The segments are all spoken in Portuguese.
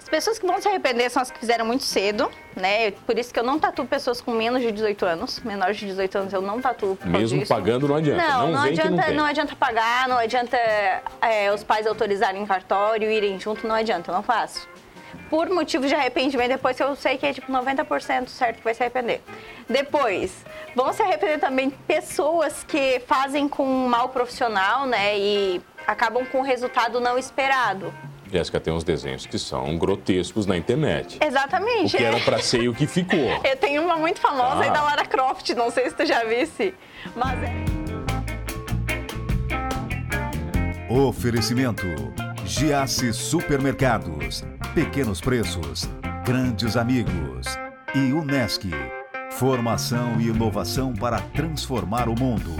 As pessoas que vão se arrepender são as que fizeram muito cedo, né? Por isso que eu não tatuo pessoas com menos de 18 anos. Menores de 18 anos eu não tatuo. Por causa Mesmo disso. pagando, né? não adianta. Não, não, vem adianta, que não tem. adianta pagar, não adianta é, os pais autorizarem em cartório, irem junto, não adianta, eu não faço. Por motivo de arrependimento, depois eu sei que é tipo 90% certo que vai se arrepender. Depois, vão se arrepender também pessoas que fazem com um mal profissional, né? E acabam com um resultado não esperado. Jéssica tem uns desenhos que são grotescos na internet. O Exatamente. que é. era pra ser e o que ficou. Eu tenho uma muito famosa Ah. aí da Lara Croft, não sei se tu já visse, mas é. Oferecimento: Giasse Supermercados, Pequenos Preços, Grandes Amigos e Unesc. Formação e inovação para transformar o mundo.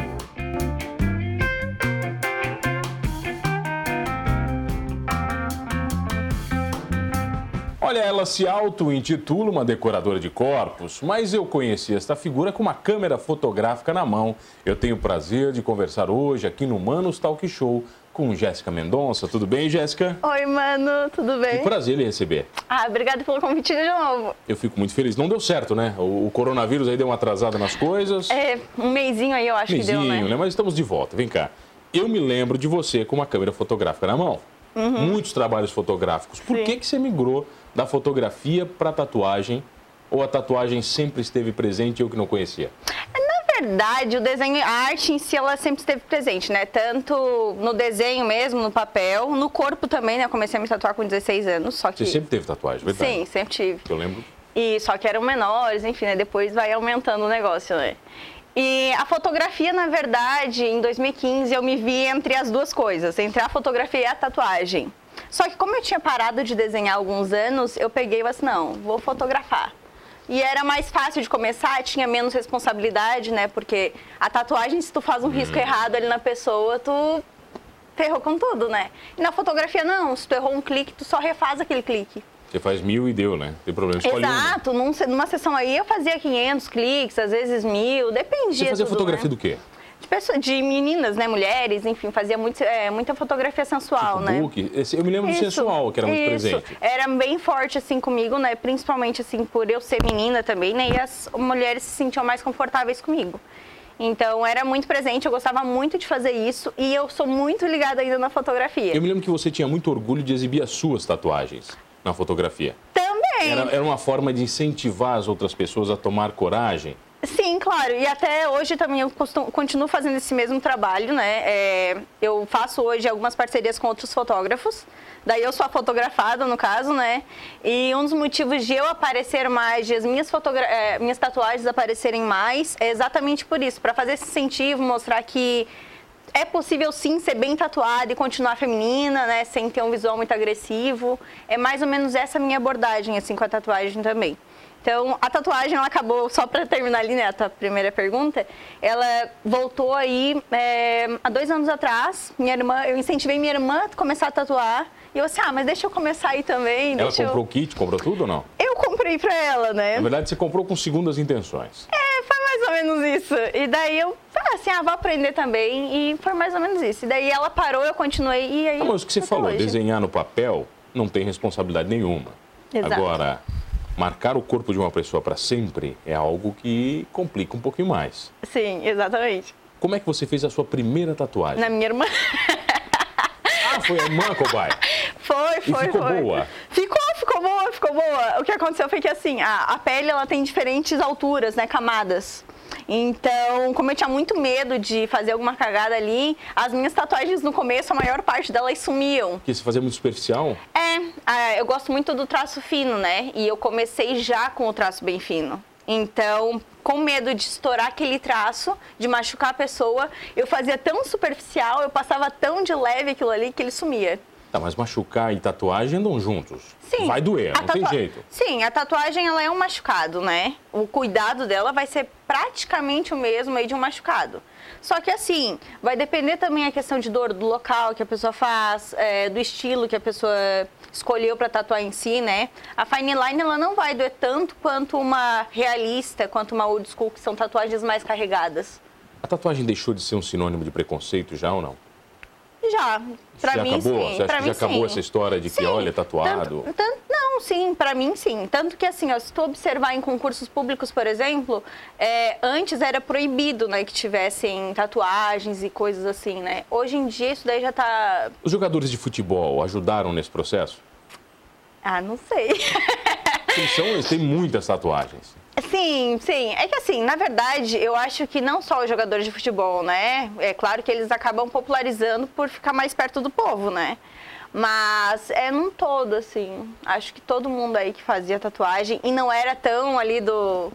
Olha, ela se auto-intitula uma decoradora de corpos, mas eu conheci esta figura com uma câmera fotográfica na mão. Eu tenho o prazer de conversar hoje aqui no Manos Talk Show com Jéssica Mendonça. Tudo bem, Jéssica? Oi, mano, tudo Que bem? prazer lhe receber. Ah, obrigada pelo convite de novo. Eu fico muito feliz. Não deu certo, né? O, o coronavírus aí deu uma atrasada nas coisas. É, um mêsinho aí eu acho Mesinho, que deu, né? né? Mas estamos de volta. Vem cá. Eu me lembro de você com uma câmera fotográfica na mão. Muitos trabalhos fotográficos. Por Uhum. Sim. que, que você migrou da fotografia para tatuagem? Ou a tatuagem sempre esteve presente e eu que não conhecia? Na verdade, o desenho, a arte em si, ela sempre esteve presente, né? Tanto no desenho mesmo, no papel, no corpo também, né? Eu comecei a me tatuar com 16 anos, só Você que... sempre teve né? tatuagem, verdade? Sim, sempre tive. Eu lembro. E só que eram menores, enfim, né? depois vai aumentando o negócio, né? E a fotografia, na verdade, em 2015 eu me vi entre as duas coisas, entre a fotografia e a tatuagem. Só que como eu tinha parado de desenhar há alguns anos, eu peguei e falei assim, não, vou fotografar. E era mais fácil de começar, tinha menos responsabilidade, né? Porque a tatuagem, se tu faz um risco errado ali na pessoa, tu ferrou com tudo, né? E na fotografia, não. Se tu errou um clique, tu só refaz aquele clique. Você faz mil e deu, né? Não Tem problema. Escolhe uma. Exato, num- numa sessão aí eu fazia 500 cliques, às vezes mil, dependia. Você fazia tudo, fotografia né? do quê? de, pessoa- de meninas, né, mulheres, enfim, fazia muito, é, muita fotografia sensual, né? Tipo Book? Esse- Eu me lembro Isso, do sensual, que era muito isso. presente. Era bem forte assim comigo, né? Principalmente assim por eu ser menina também, né? E as mulheres se sentiam mais confortáveis comigo. Então era muito presente, eu gostava muito de fazer isso e eu sou muito ligada ainda na fotografia. Eu me lembro que você tinha muito orgulho de exibir as suas tatuagens na fotografia. Também. Era, era uma forma de incentivar as outras pessoas a tomar coragem. Sim, claro. E até hoje também eu costumo- continuo fazendo esse mesmo trabalho, né? É, eu faço hoje algumas parcerias com outros fotógrafos. Daí eu sou a fotografada, no caso, né? E um dos motivos de eu aparecer mais, de as minhas, fotogra- é, minhas tatuagens aparecerem mais, é exatamente por isso. Para fazer esse incentivo, mostrar que é possível sim ser bem tatuada e continuar feminina, né? Sem ter um visual muito agressivo. É mais ou menos essa minha abordagem, assim, com a tatuagem também. Então, a tatuagem, ela acabou, só para terminar ali, né, a tua primeira pergunta, ela voltou aí é, há dois anos atrás. Minha irmã, eu incentivei minha irmã a começar a tatuar. E eu assim, ah, mas deixa eu começar aí também. Ela deixa eu- comprou o É kit, comprou tudo ou não? Eu comprei pra ela, né? Na verdade, você comprou com segundas intenções. É, foi mais ou menos isso. E daí eu falei assim, ah, vou aprender também. E foi mais ou menos isso. E daí ela parou, eu continuei e aí. Ah, mas o que você até falou, hoje. desenhar no papel não tem responsabilidade nenhuma. Exato. Agora, marcar o corpo de uma pessoa para sempre é algo que complica um pouquinho mais. Sim, exatamente. Como é que você fez a sua primeira tatuagem? Na minha irmã. Ah, foi a irmã, cobaia. Foi, foi, ficou foi. boa? Ficou, ficou boa, ficou boa. O que aconteceu foi que assim, a, a pele ela tem diferentes alturas, né, camadas. Então, como eu tinha muito medo de fazer alguma cagada ali, as minhas tatuagens no começo, a maior parte delas sumiam. Porque se fazer muito superficial, É, ah, eu gosto muito do traço fino, né? E eu comecei já com o traço bem fino. Então, com medo de estourar aquele traço, de machucar a pessoa, eu fazia tão superficial, eu passava tão de leve aquilo ali que ele sumia. tá, mas machucar e tatuagem andam juntos. Vai doer, A não tatua- tem jeito. Sim, a tatuagem ela é um machucado, né? O cuidado dela vai ser praticamente o mesmo aí de um machucado. Só que assim, vai depender também a questão de dor do local que a pessoa faz, é, do estilo que a pessoa escolheu pra tatuar em si, né? A fine line ela não vai doer tanto quanto uma realista, quanto uma old school, que são tatuagens mais carregadas. A tatuagem deixou de ser um sinônimo de preconceito já ou não? Já, pra já mim acabou? sim. Você acha pra que mim, já acabou sim. essa história de que, Sim, olha, é tatuado? Tanto, tanto- não, Não, sim, para mim sim. Tanto que assim, ó, se tu observar em concursos públicos, por exemplo, é, antes era proibido, né, que tivessem tatuagens e coisas assim, né? Hoje em dia isso daí já tá. Os jogadores de futebol ajudaram nesse processo? Ah, não sei. Eles, são, eles têm muitas tatuagens. Sim, sim. É que assim, na verdade, eu acho que não só os jogadores de futebol, né? É claro que eles acabam popularizando por ficar mais perto do povo, né? Mas é num todo, assim. Acho que todo mundo aí que fazia tatuagem e não era tão ali do.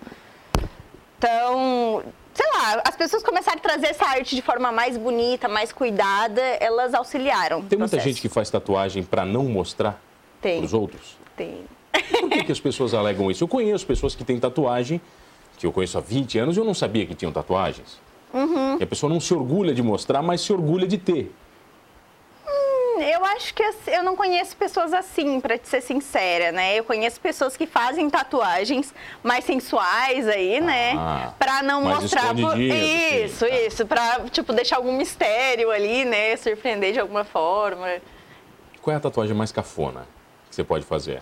tão. Sei lá, as pessoas começaram a trazer essa arte de forma mais bonita, mais cuidada, elas auxiliaram. Tem muita gente que faz tatuagem para não mostrar Tem. pros outros. Tem. Por que, que as pessoas alegam isso? Eu conheço pessoas que têm tatuagem, que eu conheço há 20 anos e eu não sabia que tinham tatuagens. Uhum. E a pessoa não se orgulha de mostrar, mas se orgulha de ter. Eu acho que assim, eu não conheço pessoas assim, pra te ser sincera, né? Eu conheço pessoas que fazem tatuagens mais sensuais aí, né? Ah, Pra não mais mostrar pro- escondidinhas, assim, isso, tá. isso, pra tipo deixar algum mistério ali, né? Surpreender de alguma forma. Qual é a tatuagem mais cafona que você pode fazer?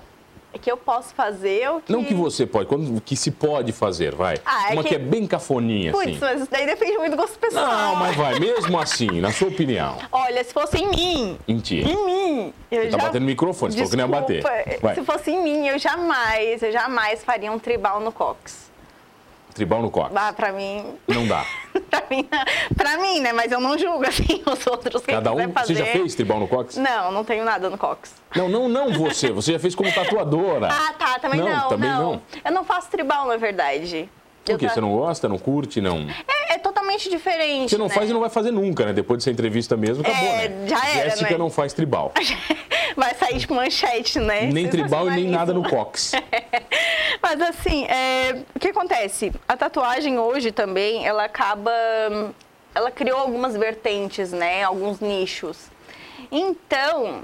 É que eu posso fazer o que Não que você pode, quando, que se pode fazer, vai. Ah, é Uma que... que- é bem cafoninha, Putz, assim. mas isso daí depende muito do gosto pessoal. Não, mas vai, mesmo assim, na sua opinião. Olha, se fosse em mim, Em ti. em mim, eu tá já batendo no microfone, você falou que não ia bater. Desculpa, Vai. Se fosse em mim, eu jamais, eu jamais faria um tribal no cox. Tribal no coque. Bah, pra mim, Não dá. pra, mim, pra mim, né? Mas eu não julgo assim os outros. Quem Cada quiser um. Você fazer. já fez tribal no coque? Não, não tenho nada no Cox. Não, não, não você. Você já fez como tatuadora. Ah, tá, também não. também não. Eu não faço tribal, na verdade. Por quê? Eu ta- Você não gosta, não curte, não. é, é totalmente diferente. Você não né? faz e não vai fazer nunca, né? Depois dessa entrevista mesmo, acabou, É, né? já era, Jéssica né? não faz tribal. Vai sair de manchete, né? Nem tribal e nem Sensacionalismo. nada no cox. Mas assim, é, o que acontece? A tatuagem hoje também, ela acaba. Ela criou algumas vertentes, né? Alguns nichos. Então,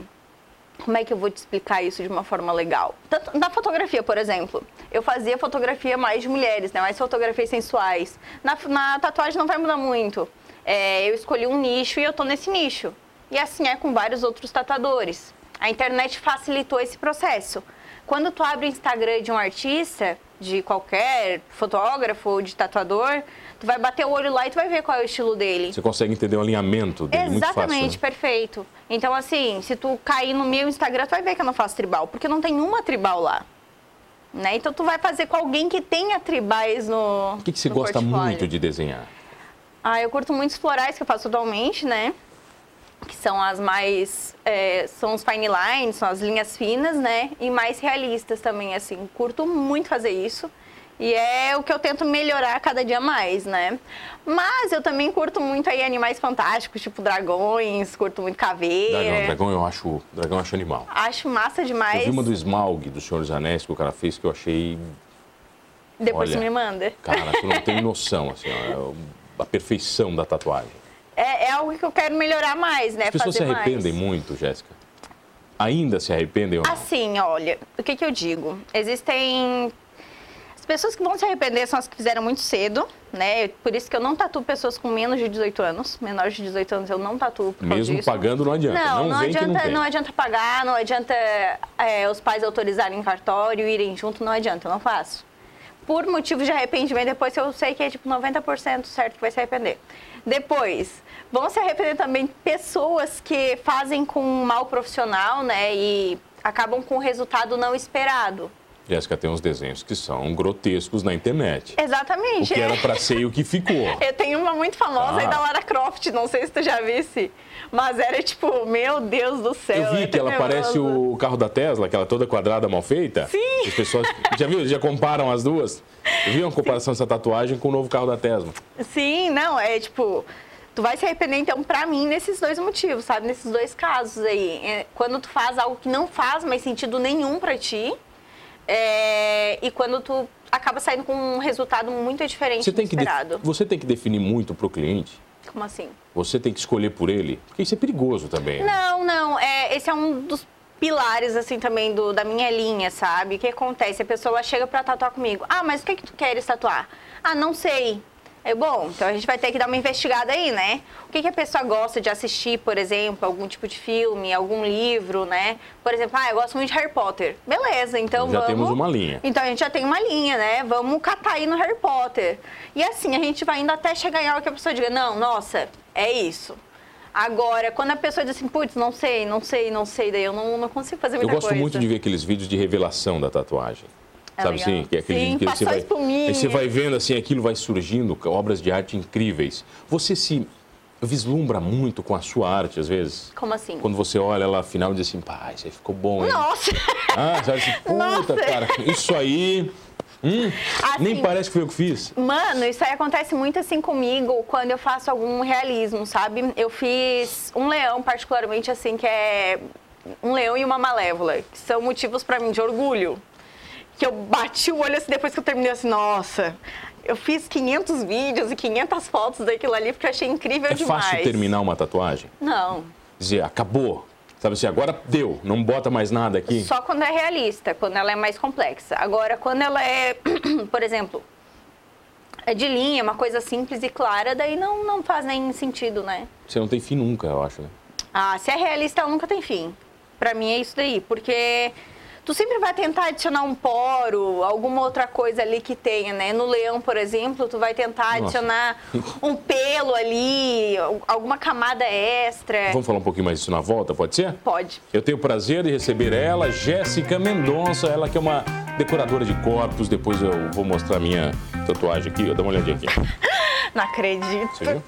como é que eu vou te explicar isso de uma forma legal? Tanto, na fotografia, por exemplo, eu fazia fotografia mais de mulheres, né? Mais fotografias sensuais. Na, f- na tatuagem não vai mudar muito. É, eu escolhi um nicho e eu tô nesse nicho. E assim é com vários outros tatuadores. A internet facilitou esse processo. Quando tu abre o Instagram de um artista, de qualquer fotógrafo ou de tatuador, tu vai bater o olho lá e tu vai ver qual é o estilo dele. Você consegue entender o alinhamento dele é muito fácil. Exatamente, né? perfeito. Então, assim, se tu cair no meu Instagram, tu vai ver que eu não faço tribal, porque não tem uma tribal lá. Né? Então, tu vai fazer com alguém que tenha tribais no. O que, que você gosta muito de desenhar? Ah, eu curto muito os florais que eu faço atualmente, né? Que são as mais. é, são os fine lines, são as linhas finas, né? E mais realistas também, assim. Curto muito fazer isso. E é o que eu tento melhorar cada dia mais, né? Mas eu também curto muito aí animais fantásticos, tipo dragões, curto muito caveira. Dragão, dragão eu acho, dragão eu acho animal. Acho massa Eu demais. vi uma do Smaug, do Senhor dos Anéis, que o cara fez, que eu achei. Depois olha. você me manda. Cara, tu não tem noção, assim, ó, é a perfeição da tatuagem. É, é algo que eu quero melhorar mais, né? As pessoas se Fazer arrependem mais. muito, Jéssica. Ainda se arrependem ou não? Assim, olha, o que, que eu digo? Existem. As pessoas que vão se arrepender são as que fizeram muito cedo, né? Por isso que eu não tatuo pessoas com menos de 18 anos. Menores de 18 anos eu não tatuo por causa Mesmo disso. pagando, não adianta. Não, não, vem que adianta, não tem. não, adianta pagar, não adianta é, os pais autorizarem em cartório, irem junto, não adianta, eu não faço. Por motivo de arrependimento, depois eu sei que é tipo 90% certo que vai se arrepender. Depois, vão se arrepender também pessoas que fazem com um mal profissional, né? E acabam com um resultado não esperado. Jéssica tem uns desenhos que são grotescos na internet. O Exatamente. que é. era pra ser e o que ficou. Eu tenho uma muito famosa Ah. aí da Lara Croft, não sei se tu já visse. Mas era tipo, meu Deus do céu. Eu vi é que ela parece tenebroso. o carro da Tesla, aquela toda quadrada mal feita. Sim. As pessoas. Já viu? Já comparam as duas? Eu vi uma comparação dessa tatuagem com o novo carro da Tesla. Sim, não, é tipo. Tu vai se arrepender, então, pra mim, nesses dois motivos, sabe? Nesses dois casos aí. É, quando tu faz algo que não faz mais sentido nenhum pra ti. é, e quando tu acaba saindo com um resultado muito diferente Você do tem, que de- esperado. você tem que definir muito pro cliente. Como assim? Você tem que escolher por ele. Porque isso é perigoso também. né? Não, não. É, esse é um dos pilares, assim, também do, da minha linha, sabe? O que acontece? A pessoa ela chega pra tatuar comigo. Ah, mas o que, que tu queres tatuar? Ah, não sei. É bom, então a gente vai ter que dar uma investigada aí, né? O que, que a pessoa gosta de assistir, por exemplo, algum tipo de filme, algum livro, né? Por exemplo, ah, eu gosto muito de Harry Potter. Beleza, então Já vamos. temos uma linha. Então a gente já tem uma linha, né? Vamos catar aí no Harry Potter. E assim, a gente vai indo até chegar em algo que a pessoa diga, não, nossa, é isso. Agora, quando a pessoa diz assim, putz, não sei, não sei, não sei, daí eu não, não consigo fazer Eu muita gosto coisa. muito de ver aqueles vídeos de revelação da tatuagem. É Sabe legal. assim? Que é aquele Sim, vídeo que passou você a vai, espuminha. aí você vai vendo assim, aquilo vai surgindo, obras de arte incríveis. Você se vislumbra muito com a sua arte, às vezes. Como assim? Quando você olha ela afinal e diz assim, pai, isso aí ficou bom, hein? Nossa! Ah, sabe assim, puta, Nossa. cara, isso aí. hum, Assim, nem parece que foi eu que fiz. Mano, isso aí acontece muito assim comigo quando eu faço algum realismo, sabe? Eu fiz um leão, particularmente assim, que é um leão e uma malévola, que são motivos pra mim de orgulho. Que eu bati o olho assim depois que eu terminei assim, nossa. Eu fiz 500 vídeos e 500 fotos daquilo ali porque eu achei incrível É demais. fácil terminar uma tatuagem? Não. Dizer, acabou. Sabe assim, agora deu, não bota mais nada aqui. Só quando é realista, quando ela é mais complexa. Agora, quando ela é, por exemplo, é de linha, uma coisa simples e clara, daí não, não faz nem sentido, né? Você não tem fim nunca, eu acho, né? Ah, se é realista, ela nunca tem fim. Pra mim é isso daí, porque tu sempre vai tentar adicionar um poro, alguma outra coisa ali que tenha, né? No leão, por exemplo, tu vai tentar Nossa. adicionar um pelo ali, al- alguma camada extra. Vamos falar um pouquinho mais disso na volta, pode ser? Pode. Eu tenho o prazer de receber ela, Jéssica Mendonça, ela que é uma decoradora de corpos. Depois eu vou mostrar minha tatuagem aqui, ó, dá uma olhadinha aqui. Não acredito. Você viu?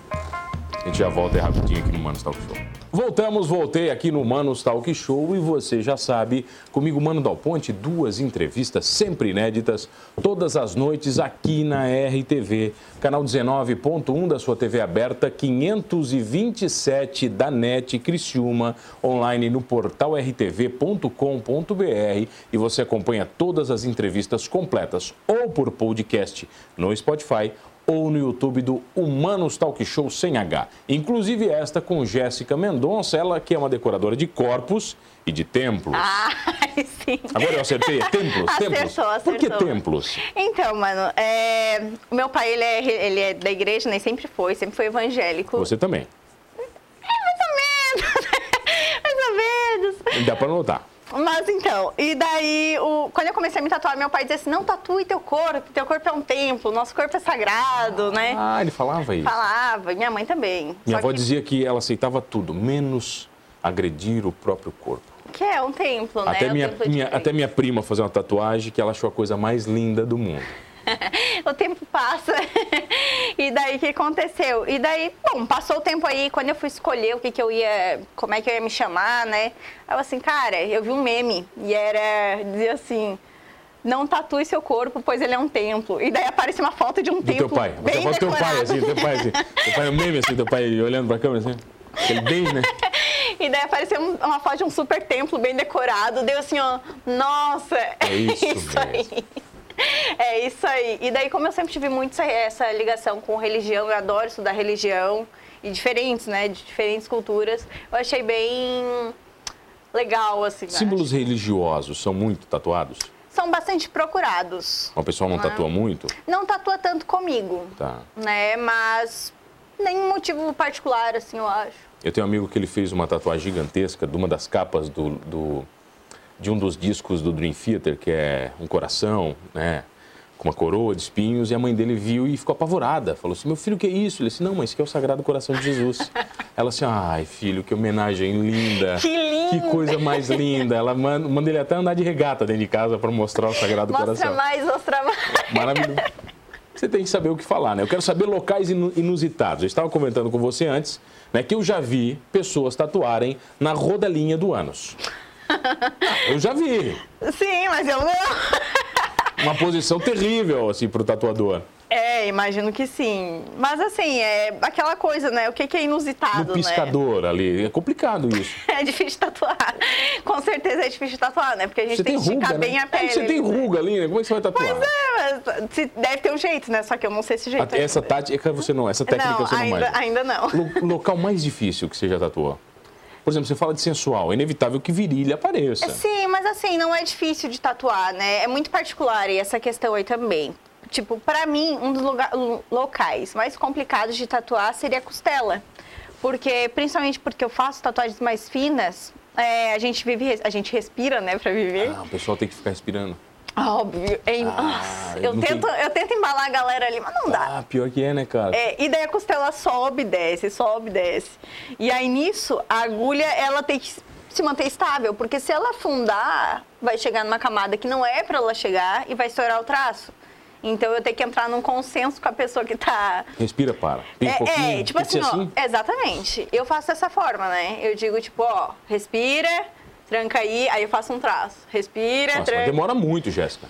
A gente já volta aí rapidinho aqui no Manos Talk Show. Voltamos, voltei aqui no Manos Talk Show e você já sabe, comigo, Mano Dal Ponte, duas entrevistas sempre inéditas, todas as noites aqui na RTV, canal 19.1 da sua TV aberta, 527 da NET Criciúma, online no portal rtv.com.br e você acompanha todas as entrevistas completas ou por podcast no Spotify ou no YouTube do Humanos Talk Show sem H. Inclusive esta com Jéssica Mendonça, ela que é uma decoradora de corpos e de templos. Ah, sim. Agora eu acertei, é templos, templos. Acertou, Por que acertou. templos? Então, mano, é, o meu pai, ele é, re- ele é da igreja, né? Sempre foi, sempre foi evangélico. É, Você também. Mais ou menos, mais ou menos. Dá pra notar. Mas então, e daí, o- quando eu comecei a me tatuar, meu pai dizia assim, não tatue teu corpo, teu corpo é um templo, nosso corpo é sagrado, né? Ah, ele falava isso. Falava, e minha mãe também. Só Minha avó que, dizia que ela aceitava tudo, menos agredir o próprio corpo. que é um templo, né? até, É um minha, templo de minha, Cristo. até minha prima fazer uma tatuagem que ela achou a coisa mais linda do mundo. o tempo passa. e daí o que aconteceu? E daí, bom, passou o tempo aí, quando eu fui escolher o que, que eu ia, como é que eu ia me chamar, né? Aí eu assim, cara, eu vi um meme e era dizia assim. Não tatue seu corpo, pois ele é um templo. E daí aparece uma foto de um Do templo. teu pai. Bem Você fala do teu pai, decorado. assim, teu pai, assim. Teu pai é um meme, assim, teu pai olhando pra câmera, assim. Aquele bem, né? E daí apareceu um- uma foto de um super templo bem decorado. Deu assim, ó, nossa, é isso isso, aí. É isso aí. E daí, como eu sempre tive muito essa, essa ligação com religião, eu adoro estudar religião e diferentes, né, de diferentes culturas, eu achei bem legal, assim. né? Símbolos religiosos são muito tatuados? São bastante procurados. O pessoal não tatua muito? Não tatua tanto comigo, Tá. né, mas nenhum motivo particular, assim, eu acho. Eu tenho um amigo que ele fez uma tatuagem gigantesca de uma das capas do, do- de um dos discos do Dream Theater, que é um coração, né? Com uma coroa de espinhos, e a mãe dele viu e ficou apavorada. Falou assim: Meu filho, o que é isso? Ele disse: Não, mas isso que é o Sagrado Coração de Jesus. Ela assim: Ai, filho, que homenagem linda. Que linda! Que coisa mais linda. Ela manda, manda ele até andar de regata dentro de casa para mostrar o Sagrado Mostra Coração. mais, mostra mais. Maravilhoso. Você tem que saber o que falar, né? Eu quero saber locais inu- inusitados. Eu estava comentando com você antes, né, que eu já vi pessoas tatuarem na rodelinha do ânus. Eu já vi. Sim, mas eu não. Uma posição terrível, assim, pro tatuador. É, imagino que sim. Mas assim, é aquela coisa, né? O que, que é inusitado, No piscador ali. É complicado isso. né? É difícil de tatuar. Com certeza é difícil de tatuar, né? Porque a gente Você tem, tem que esticar ruga, bem né? a pele. É, você tem ruga ali, né? Como é que você vai tatuar? Mas é, mas se- deve ter um jeito, né? Só que eu não sei esse jeito. A- Essa tática é você não, essa técnica não, você não ainda, manja. ainda não. Lo- local mais difícil que você já tatuou. Por exemplo, você fala de sensual, é inevitável que virilha apareça. é Sim, mas assim, não é difícil de tatuar, né? É muito particular e essa questão aí também. tipo, para mim, um dos lugar- lo- locais mais complicados de tatuar seria a costela. Porque, principalmente porque eu faço tatuagens mais finas, é, a gente vive, a gente respira, né, pra viver. Ah, o pessoal tem que ficar respirando. Óbvio. hein? Ah, Nossa, eu eu, não tento, tenho- eu tento embalar a galera ali, mas não dá. Ah, pior que é, né, cara? É, e daí a costela sobe, e desce, sobe, e desce. E aí nisso, a agulha ela tem que se manter estável, porque se ela afundar, vai chegar numa camada que não é para ela chegar e vai estourar o traço. Então eu tenho que entrar num consenso com a pessoa que tá Respira, para. Tem um pouquinho. é, tipo tem que ser assim, ó, exatamente. Eu faço dessa forma, né? Eu digo tipo, ó, respira, tranca aí, aí eu faço um traço. Respira, Nossa, mas tranca. demora muito, Jéssica.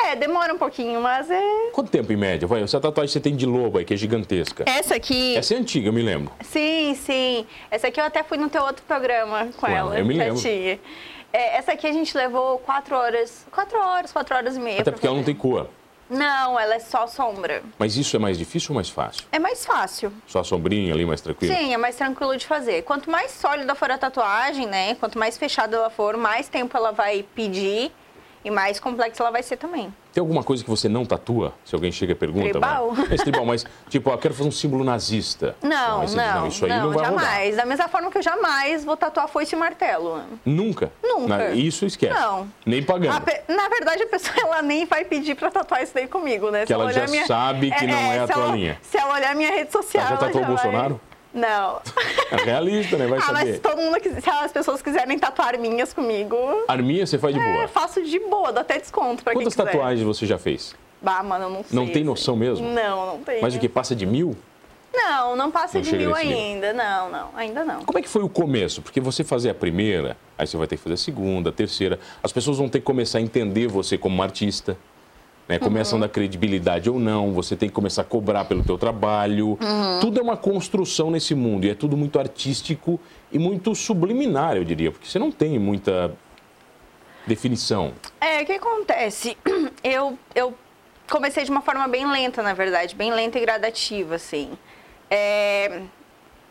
É, demora um pouquinho, mas é Quanto tempo em média? Vai, essa tatuagem que você tem de lobo aí, que é gigantesca. essa aqui. Essa é antiga, eu me lembro. Sim, sim. Essa aqui eu até fui no teu outro programa com Ué, ela. eu me lembro. Tatinha. É, essa aqui a gente levou quatro horas, quatro horas, quatro horas e meia. Até pra porque ela não fazer. tem cor. Não, ela é só sombra. Mas isso é mais difícil ou mais fácil? É mais fácil. Só a sombrinha ali, mais tranquilo? Sim, é mais tranquilo de fazer. Quanto mais sólida for a tatuagem, né? Quanto mais fechada ela for, mais tempo ela vai pedir e mais complexa ela vai ser também. Tem alguma coisa que você não tatua? Se alguém chega e pergunta. Tribal? Mas, mas tribal, mas tipo, ó, eu quero fazer um símbolo nazista. Não, aí você diz, não, Isso aí não, vai rolar. jamais. Da mesma forma que eu jamais vou tatuar foice e martelo. Nunca? Nunca. Na- isso esquece. Não. Nem pagando. A pe- Na verdade, a pessoa ela nem vai pedir pra tatuar isso daí comigo, né? Que ela já sabe que não é a se tua ela- linha. Se ela olhar minha rede social. Ela já tatuou ela o Bolsonaro? Vai... Não. É realista, né? Vai ah, mas saber. se todo mundo quis- se as pessoas quiserem tatuar minhas comigo, Arminha você faz de boa. é, faço de boa, dou até desconto pra Quantas quem quiser. tatuagens você já fez? Bah, mano, eu não sei. Não tem assim. noção mesmo? Não, não tem. Mais do que passa de mil? Não, não passa Não de chega mil nesse nível. ainda. Não, não, ainda não. Como é que foi o começo? Porque você fazer a primeira, aí você vai ter que fazer a segunda, a terceira. As pessoas vão ter que começar a entender você como um artista. Uhum. Né? Começam da credibilidade ou não, você tem que começar a cobrar pelo teu trabalho. Uhum. Tudo é uma construção nesse mundo e é tudo muito artístico e muito subliminar, eu diria, porque você não tem muita definição. É, o que acontece? Eu, eu comecei de uma forma bem lenta, na verdade, bem lenta e gradativa, assim. É,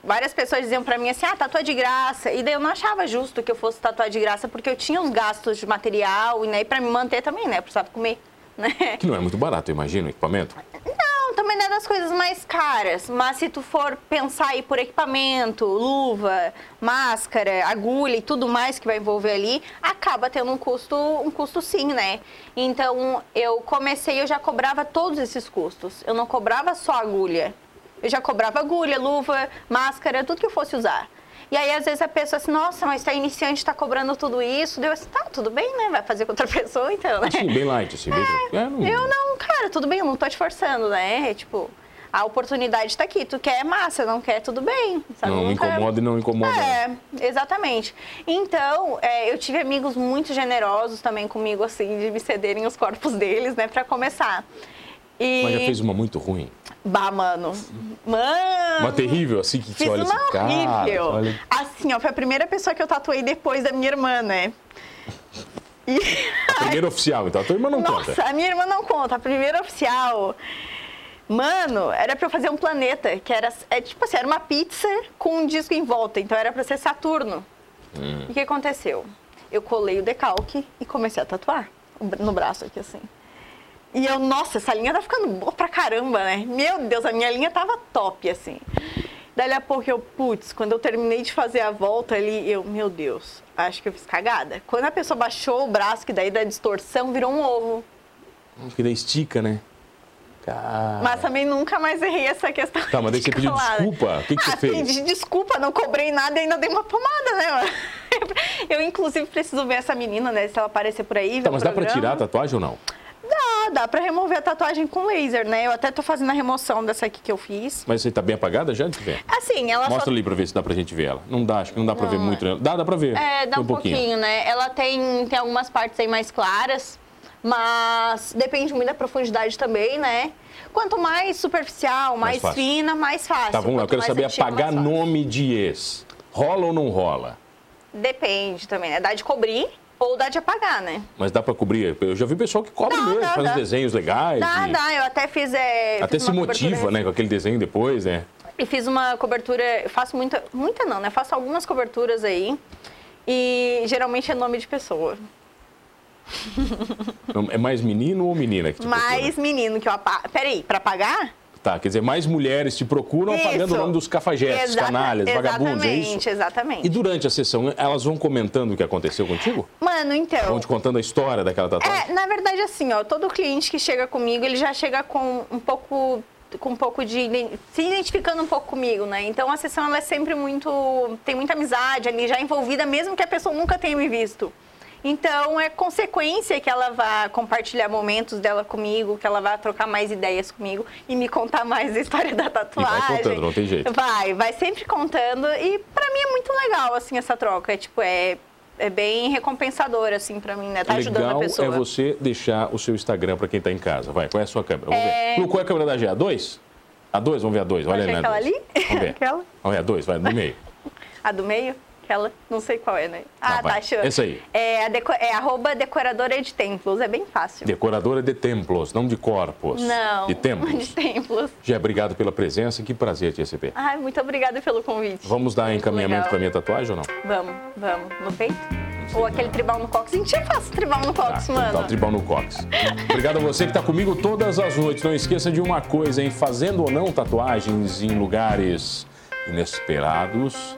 várias pessoas diziam pra mim assim, ah, tatua de graça. E daí eu não achava justo que eu fosse tatuar de graça, porque eu tinha os gastos de material e, né, e pra me manter também, né? Eu precisava comer, né? Que não é muito barato, eu imagino, o equipamento. Não, também não é das coisas mais caras, mas se tu for pensar aí por equipamento, luva, máscara, agulha e tudo mais que vai envolver ali, acaba tendo um custo, um custo sim, né? Então, eu comecei, eu já cobrava todos esses custos. Eu não cobrava só agulha. Eu já cobrava agulha, luva, máscara, tudo que eu fosse usar. E aí, às vezes, a pessoa assim, nossa, mas tá iniciante, tá cobrando tudo isso. Deu assim, tá, tudo bem, né? Vai fazer com outra pessoa, então, né? Sim, bem light, assim, bem tranquilo. É, não- Eu não, cara, tudo bem, eu não tô te forçando, né? É tipo, a oportunidade tá aqui. Tu quer massa, não quer, tudo bem. Sabe? Não, Nunca- incomoda e não incomoda. É, exatamente. Então, é, eu tive amigos muito generosos também comigo, assim, de me cederem os corpos deles, né, pra começar. E. Mas já fez um- uma muito ruim. Bah, mano. Mano! Uma terrível, assim, que você Fiz olha uma assim, cara, horrível. olha Assim, ó, foi a primeira pessoa que eu tatuei depois da minha irmã, né? E... Primeiro oficial, então a tua irmã não Nossa, conta. a minha irmã não conta, a primeira oficial. Mano, era pra eu fazer um planeta, que era é, tipo assim, era uma pizza com um disco em volta, então era pra ser Saturno. Hum. E o que aconteceu? Eu colei o decalque e comecei a tatuar o bra- no braço aqui assim. E eu, nossa, essa linha tá ficando boa pra caramba, né? Meu Deus, a minha linha tava top, assim. Daí a pouco eu, putz, quando eu terminei de fazer a volta ali, eu, meu Deus, acho que eu fiz cagada. Quando a pessoa baixou o braço, que daí da distorção virou um ovo. Porque daí estica, né? Cara. Mas também nunca mais errei essa questão. Ah. Tá, mas daí você de pediu colar, né? desculpa? O que que você ah, fez? Pedi desculpa, não cobrei nada e ainda dei uma pomada, né? mano? Eu, inclusive, preciso ver essa menina, né? Se ela aparecer por aí. ver Tá, o mas dá pra programa. tirar a tatuagem ou não? Dá, dá pra remover a tatuagem com laser, né? Eu até tô fazendo a remoção dessa aqui que eu fiz. Mas você tá bem apagada já? Deixa eu ver. Assim, ela Mostra só. ali pra ver se dá pra gente ver ela. Não dá, acho que não dá pra ver muito. né? Dá, dá pra ver. É, dá Tem um, pouquinho. né? Ela tem, tem algumas partes aí mais claras, mas depende muito da profundidade também, né? Quanto mais superficial, mais, Mais fácil. fina, mais fácil. Tá, vamos lá. Eu Quanto quero mais saber antigo, apagar mais fácil. nome de ex. Rola ou não rola? Depende também, né? Dá de cobrir ou dá de apagar, né? Mas dá pra cobrir? Eu já vi pessoal que cobre Dá, mesmo, dá, faz dá. desenhos legais. Dá, e- dá. Eu até fiz. É, Até fiz se uma motiva, cobertura né? Com aquele desenho depois, né? E fiz uma cobertura, eu faço muita, muita não, né? Faço algumas coberturas aí. E geralmente é nome de pessoa. É mais menino ou menina que te Mais procura? menino que eu apago. Peraí, pra pagar? Tá, quer dizer, mais mulheres te procuram Isso. apagando o nome dos cafajestes, Exata- canalhas, vagabundos, é isso? Exatamente, exatamente. E durante a sessão, elas vão comentando o que aconteceu contigo? Mano, então. Vão te contando a história daquela tatuagem? É, na verdade, assim, ó, todo cliente que chega comigo, ele já chega com um pouco com um pouco de iden- se identificando um pouco comigo, né? Então a sessão ela é sempre muito tem muita amizade ali já envolvida mesmo que a pessoa nunca tenha me visto. Então é consequência que ela vá compartilhar momentos dela comigo, que ela vá trocar mais ideias comigo e me contar mais a história da tatuagem. contando, não tem jeito. Vai, vai sempre contando e pra mim é muito legal assim essa troca, é tipo é é bem recompensador assim pra mim, né? Tá ajudando a Legal pessoa. é você deixar o seu Instagram pra quem tá em casa. Vai, qual é a sua câmera? Vamos ver. Lu, qual é a câmera da G? A 2? A 2, vamos ver a 2. Olha Acho que na é aquela dois. ali? Vamos ver. Aquela? Vamos ver a 2, vai, no meio. A do meio? Aquela? Não sei qual é, né? Ah, vai. tá, show. Essa aí. É, a deco- é arroba decoradora de templos, é bem fácil. Decoradora de templos, não de corpos. Não. De templos. De templos. Já obrigado pela presença, que prazer te receber. Ai, muito obrigada pelo convite. Vamos dar encaminhamento legal. pra minha tatuagem ou não? Vamos, vamos. No peito? sei, Ou aquele tribal no cox? A gente já faz tribal no Tá, cox, então mano. tá o tribal no cox. Obrigado a você que está comigo todas as noites. Não esqueça de uma coisa, hein? Fazendo ou não tatuagens em lugares inesperados,